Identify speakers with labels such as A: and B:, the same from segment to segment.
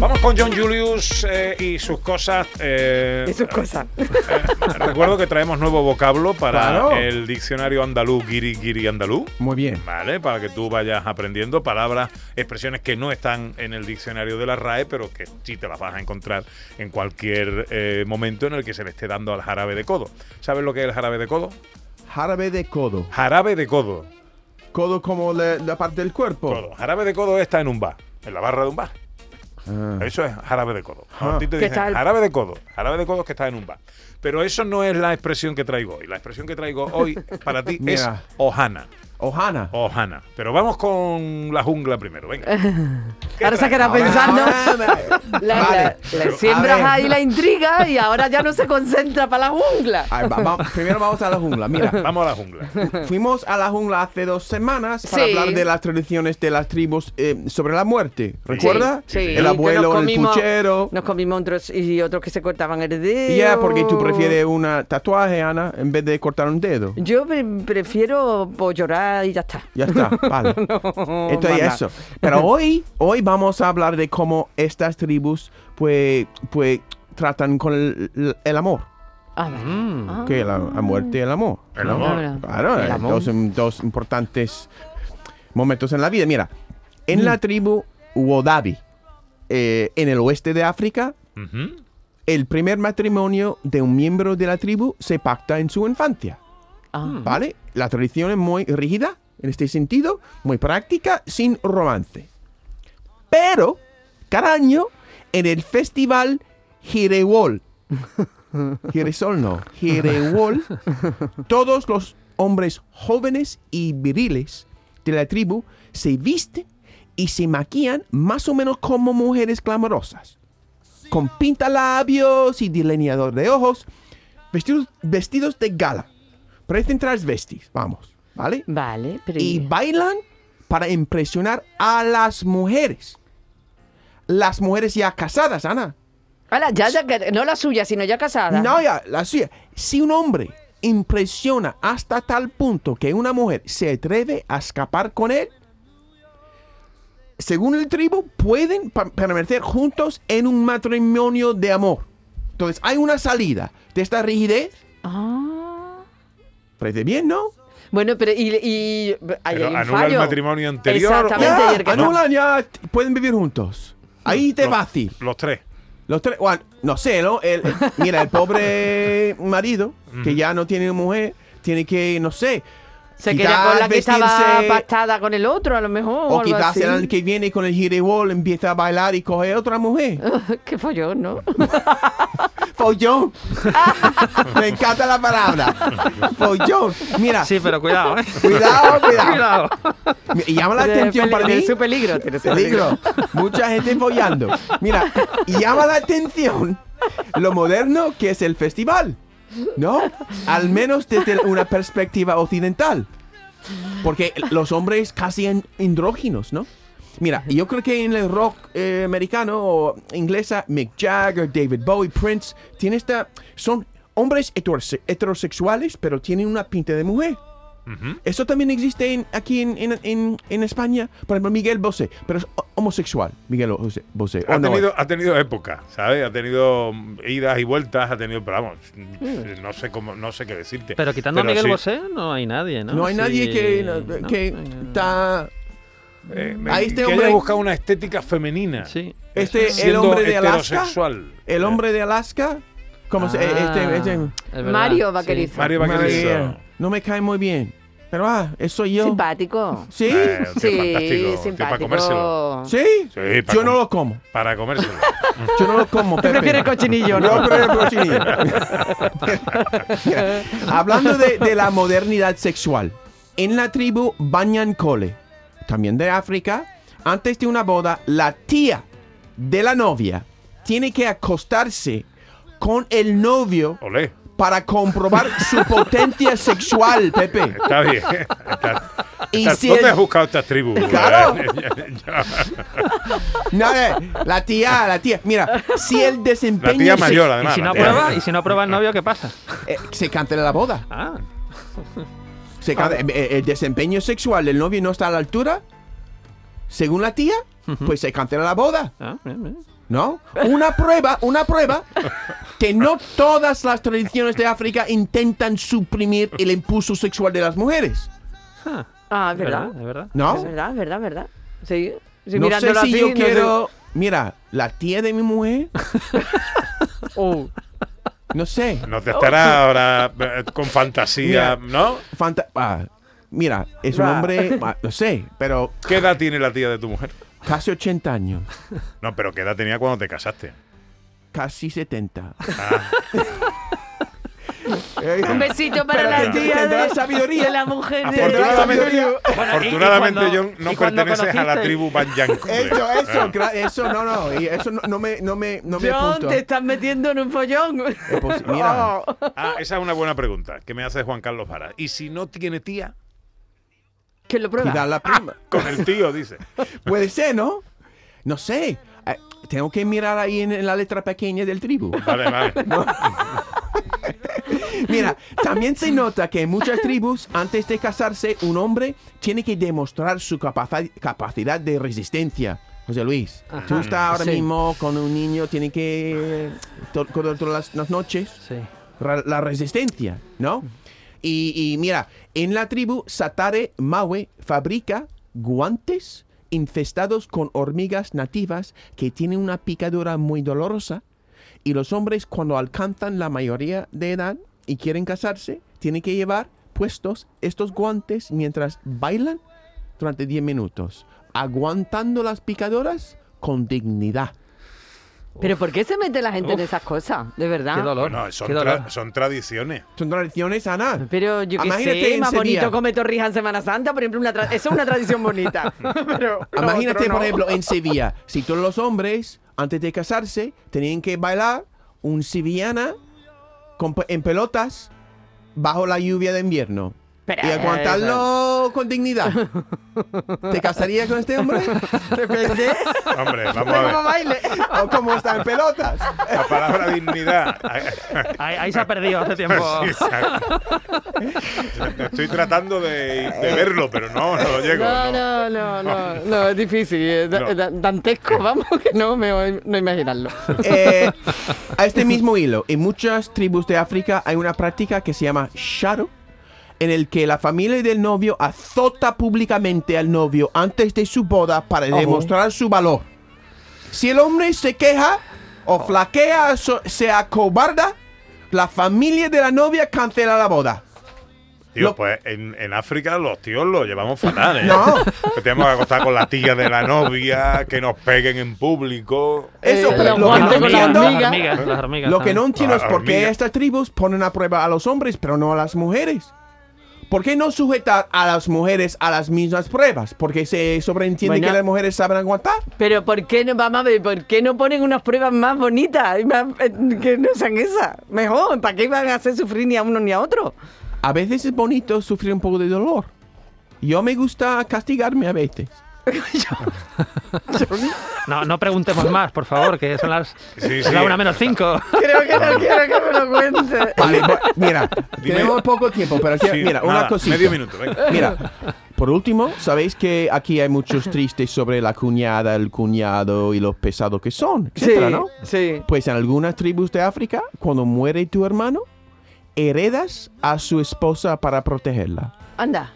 A: Vamos con John Julius eh, y sus cosas. eh,
B: Y sus cosas.
A: recuerdo que traemos nuevo vocablo para
C: Claro.
A: el diccionario andaluz, guiri guiri andaluz.
C: Muy bien.
A: ¿Vale? Para que tú vayas aprendiendo palabras, expresiones que no están en el diccionario de la RAE, pero que sí te las vas a encontrar en cualquier eh, momento en el que se le esté dando al jarabe de codo. ¿Sabes lo que es el jarabe de codo?
C: Jarabe de codo.
A: Jarabe de codo.
C: Codo como la, la parte del cuerpo.
A: Codo. Jarabe de codo está en un bar, en la barra de un bar.
C: Ah.
A: Eso es jarabe de codo. Cuando a ti te
B: Que
A: dicen,
B: está el-
A: jarabe de codo, jarabe de codo es que está en un bar. Pero eso no es la expresión que traigo hoy. La expresión que traigo hoy para ti es
C: Mira.
A: ohana.
C: Ojana.
A: Ohana. Pero vamos con la jungla primero, venga. ¿Qué
B: Ahora se
A: traes?
B: queda pensando.
C: Ahora-
B: Le,
C: Vale.
B: le- le
C: Pero, a
B: siembras
C: ver.
B: ahí la intriga y ahora ya no se concentra para la jungla.
C: Ay, va- va- primero vamos a la jungla. Mira,
A: Vamos a la jungla.
C: fuimos a la jungla hace dos semanas para
B: Sí.
C: hablar de las tradiciones de las tribus eh, sobre la muerte. ¿Recuerda?
B: Sí, sí.
C: El
B: Que
C: abuelo,
B: nos
C: el
B: comimos-
C: puchero.
B: Nos comimos otros y otros que se cortaban el dedo.
C: Ya, porque tú prefieres un tatuaje, Ana, en vez de cortar un dedo.
B: Yo pre- prefiero pues, llorar y ya está.
C: Ya está, vale.
B: No,
C: Esto y
B: manda.
C: eso. Pero hoy, hoy vamos a hablar de cómo estas tribus, pues, pues tratan con el, el amor.
B: Ah, vale. Ah.
C: Que la, la muerte y el amor.
A: El
C: ¿no?
A: amor.
B: Claro.
C: Claro, eh,
B: amor.
C: dos, dos importantes momentos en la vida. Mira, en
B: Mm.
C: la tribu Wodabi, eh, en el oeste de África,
A: Ujú.
C: el primer matrimonio de un miembro de la tribu se pacta en su infancia.
B: Ah.
C: ¿Vale? La tradición es muy rígida en este sentido, muy práctica, sin romance. Pero, cada año, en el festival Girewol, Girasol no, Girewol, todos los hombres jóvenes y viriles de la tribu se visten y se maquillan más o menos como mujeres clamorosas, con pintalabios y delineador de ojos, vestidos, vestidos de gala. Parecen transvestis, vamos, ¿vale?
B: Vale, pero.
C: Y bailan para impresionar a las mujeres. Las mujeres ya casadas, Ana.
B: Ala, ya, ya, que- no la suya, sino ya casada.
C: No, ya, la suya. Si un hombre impresiona hasta tal punto que una mujer se atreve a escapar con él, según el tribu, pueden pa- permanecer juntos en un matrimonio de amor. Entonces, hay una salida de esta rigidez.
B: Ah.
C: Parece bien, ¿no?
B: Bueno, pero. Y, y- ahí
A: Pero
B: hay un
A: anula el
B: fallo.
A: matrimonio anterior,
B: Exactamente. Mm.
C: Ya,
B: y el que no.
C: anulan, ya, t- pueden vivir juntos. Ahí te
A: Los-
C: fácil.
A: Los tres.
C: Los tres, bueno, no sé, ¿no? El- el- mira, el pobre marido, que ya no tiene mujer, tiene que, no sé,
B: Se queda con la que estaba
C: vestirse-
B: pactada con el otro, a lo mejor.
C: o
B: algo
C: quizás
B: así.
C: el año que viene con el girewall empieza a bailar y coge otra mujer.
B: Qué follón, ¿no?
C: Follón. Me encanta la palabra. Follón. Mira,
D: Sí, pero cuidado, ¿eh?
C: cuidado, cuidado.
D: Cuidado.
C: Mi- Y llama la atención para mí.
B: Tiene su peligro, tiene su peligro.
C: Peligro. Mucha gente follando. Mira, y llama la atención lo moderno que es el festival. ¿No? Al menos desde una perspectiva occidental. Porque los hombres casi en- andróginos, ¿no? Mira, yo creo que en el rock eh, americano o inglesa, Mick Jagger, David Bowie, Prince, tiene esta, son hombres heterose- heterosexuales, pero tienen una pinta de mujer.
A: Ujú.
C: Eso también existe en- aquí en, en- en- en España. Por ejemplo, Miguel Bosé, pero es ho- homosexual. Miguel Bosé. Bosé.
A: Ha,
C: ¿o no
A: tenido,
C: es?
A: ha tenido época, ¿sabes? Ha tenido mm, idas y vueltas, ha tenido, pero vamos,
B: Mm.
A: no sé cómo, no sé qué decirte.
D: Pero quitando a Miguel
A: sí,
D: Bosé, no hay nadie, ¿no?
C: No hay nadie
D: Sí,
C: que,
D: no,
C: que
D: eh,
C: está...
A: eh,
C: Ahí este
A: que
C: hombre-
A: haya buscado una estética femenina.
D: Sí.
C: Este, el
A: Siendo
C: hombre de Alaska.
A: heterosexual.
C: El hombre de Alaska. ¿Cómo se...? eh,
D: Ah,
C: Este, este-
D: es verdad,
B: Mario
D: sí.
B: Vaquerizo.
A: Mario Vaquerizo.
C: María, no me cae muy bien. Pero ah, eso soy yo.
B: Simpático.
C: ¿Sí?
A: Eh, un tío
B: Sí,
A: fantástico, un tío
B: simpático.
A: para comérselo.
C: ¿Sí?
A: Sí, para
C: yo no
A: com-
C: lo como.
A: Para comérselo.
C: Yo no lo como, Pepe.
B: prefieres cochinillo,
C: Yo
B: ¿no?
C: prefiero cochinillo. Mira, hablando de, de la modernidad sexual, en la tribu Banyankole, también de África, antes de una boda, la tía de la novia tiene que acostarse con el novio
A: Olé.
C: para comprobar su potencia sexual, Pepe.
A: Está bien. Está,
C: Y si
A: ¿Dónde
C: el-
A: has buscado eh? estas tribus?
C: Claro. No, eh, la tía, la tía. Mira, si el desempeño.
A: La tía
C: se-
A: mayor,
D: Y
A: además.
D: si no
A: la tía.
D: aprueba, y si no aprueba el novio, ¿qué pasa?
C: eh, se cancela la boda.
D: Ah,
C: Se ca- eh, eh, el desempeño sexual del novio no está a la altura, según la tía, pues se cancela la boda,
D: ah, bien, bien.
C: ¿no? Una prueba, una prueba que no todas las tradiciones de África intentan suprimir el impulso sexual de las mujeres,
D: Ah,
B: Ah, es
D: es verdad,
B: verdad.
D: es verdad.
C: ¿no?
B: Es verdad, es verdad, es verdad. Sí. sí,
C: No sé si
B: mirándolo así,
C: yo
B: no sé-
C: quiero. Mira, la tía de mi mujer,
B: Oh.
C: no sé.
A: Nos estará ahora eh, con fantasía,
C: Mira.
A: ¿no?
C: fanta- ah, mira, es un
B: Ra.
C: hombre, ah, no sé, pero
A: ¿Qué edad tiene la tía de tu mujer?
C: casi 80 años,
A: No, pero ¿qué edad tenía cuando te casaste?
C: casi 70.
A: Ah,
B: Un besito para
C: Pero
B: la
A: que
B: tía
C: tendrá
B: de,
C: sabiduría.
B: de la mujer de...
C: Tendrá
A: afortunadamente,
C: sabiduría.
D: Bueno, y- y
A: afortunadamente
D: cuando-
A: John no
D: y cuando
A: perteneces a la
D: conociste-
A: tribu Eh. Banyankore.
C: Eso, eso, gra- eso, no, no, y eso no, no me, no me, no me
B: John,
C: apunto.
B: te estás metiendo en un follón.
C: Eh, pues, mira,
B: Oh.
A: Ah, esa es una buena pregunta que me hace Juan Carlos Vara. ¿Y si no tiene tía?
B: Que lo
C: y da
B: prueba.
C: la prima.
A: Con el tío, dice.
C: Puede ser, ¿no? No sé. Eh, Tengo que mirar ahí en, en la letra pequeña del tribu.
A: Vale, vale.
C: Mira, también se nota que en muchas tribus, antes de casarse, un hombre tiene que demostrar su capaci- capacidad de resistencia. José Luis, tú
D: Ajá.
C: estás ahora
D: Sí.
C: mismo con un niño, tiene que to- con- todas las- las noches.
D: Sí.
C: ra- la resistencia, ¿no? Y, y mira, en la tribu Satare Maue fabrica guantes infestados con hormigas nativas que tienen una picadura muy dolorosa y los hombres cuando alcanzan la mayoría de edad y quieren casarse tienen que llevar puestos estos guantes mientras bailan durante 10 minutos, aguantando las picadoras con dignidad.
B: Pero ¿por qué se mete la gente en
D: Uf.
B: esas cosas? De
C: Ah.
B: verdad.
D: Qué dolor.
A: Bueno, son,
D: qué
A: tra-
D: dolor.
A: son tradiciones.
C: Son tradiciones, Ana.
B: Pero yo qué
C: Imagínate
B: sé,
C: en
B: más bonito
C: Sevilla.
B: come torrija en Semana Santa, por ejemplo, una tra- eso es una tradición bonita. Pero lo
C: Ah, Imagínate,
B: otro no.
C: por ejemplo, en Sevilla, si todos los hombres, antes de casarse, tenían que bailar un sevillana con pe- en pelotas bajo la lluvia de invierno.
B: Pero,
C: Y aguantarlo con dignidad. ¿Te casarías con este hombre?
B: Depende
A: Hombre, vamos
B: de cómo
A: a ver.
B: baile.
C: ¿O cómo está en pelotas?
A: La palabra dignidad.
D: Ahí, ahí se ha perdido hace tiempo.
A: Sí, exacto. Estoy tratando de, de verlo, pero no, no llego.
B: No,
A: no.
B: no, no, no, no, es difícil, es da-
A: No.
B: es da- dantesco, vamos, que no me no imaginarlo.
C: Eh, a este mismo hilo, en muchas tribus de África hay una práctica que se llama sharo, en el que la familia del novio azota públicamente al novio antes de su boda para demostrar su valor. Si el hombre se queja o flaquea, so- se acobarda, la familia de la novia cancela la boda.
A: Tío,
C: Lo-
A: pues en, en África los tíos lo llevamos fatal, ¿eh?
C: No.
A: Que tenemos que acostar con la tía de la novia, que nos peguen en público.
C: Eso,
B: Eh,
C: pero
B: los
C: lo que no
B: guantes con las
C: entiendo,
D: las
B: hormigas.
D: hormigas, las hormigas.
C: Lo que no entiendo es
A: Ah,
C: por qué
A: hormiga.
C: estas tribus ponen a prueba a los hombres, pero no a las mujeres. ¿Por qué no sujetar a las mujeres a las mismas pruebas? Porque se sobreentiende
B: Bueno.
C: que las mujeres saben aguantar.
B: Pero ¿por qué no, vamos a ver, por qué no ponen unas pruebas más bonitas y más, eh, que no sean esas? Mejor, ¿para qué van a hacer sufrir ni a uno ni a otro?
C: A veces es bonito sufrir un poco de dolor. Yo me gusta castigarme a veces.
D: No, no preguntemos más, por favor, que son las
A: Sí,
D: es
A: sí.
D: la una menos cinco. Eh,
B: Creo que no quiero que me lo cuente.
C: Vale, bu- mira,
A: Dime.
C: tenemos poco tiempo, pero quiero-
A: Sí,
C: mira,
A: nada,
C: una cosita.
A: Medio minuto, venga.
C: Mira, por último, sabéis que aquí hay muchos tristes sobre la cuñada, el cuñado y los pesados que son,
B: Sí,
C: etcétera, ¿no?
B: sí.
C: Pues en algunas tribus de África, cuando muere tu hermano, heredas a su esposa para protegerla.
B: Anda.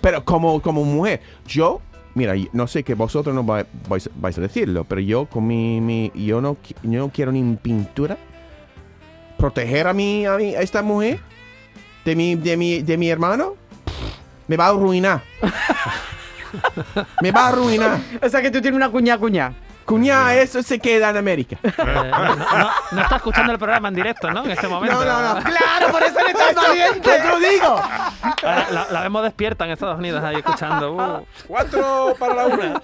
C: Pero como, como mujer, yo, mira, y- no sé que vosotros no vai- vais, vais a decirlo, pero yo con mi, mi- yo, no, qui- yo no quiero ni en pintura proteger a mi, a, mi- a esta mujer de mi, de mi, de mi hermano. Me va a arruinar. me va a arruinar.
B: O sea que tú tienes una cuña cuña.
C: Cuñada, eso se queda en América.
D: Eh, no, no- no está escuchando el programa en directo, ¿no? En este momento.
C: No, no, no.
B: Claro, por eso le estás saliendo.
C: ¡Te lo digo!
D: Ahora La, la vemos despierta en Estados Unidos ahí escuchando. uh.
A: Cuatro para la una.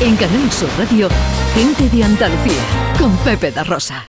E: En Canal Sur Radio, gente de Andalucía, con Pepe da Rosa.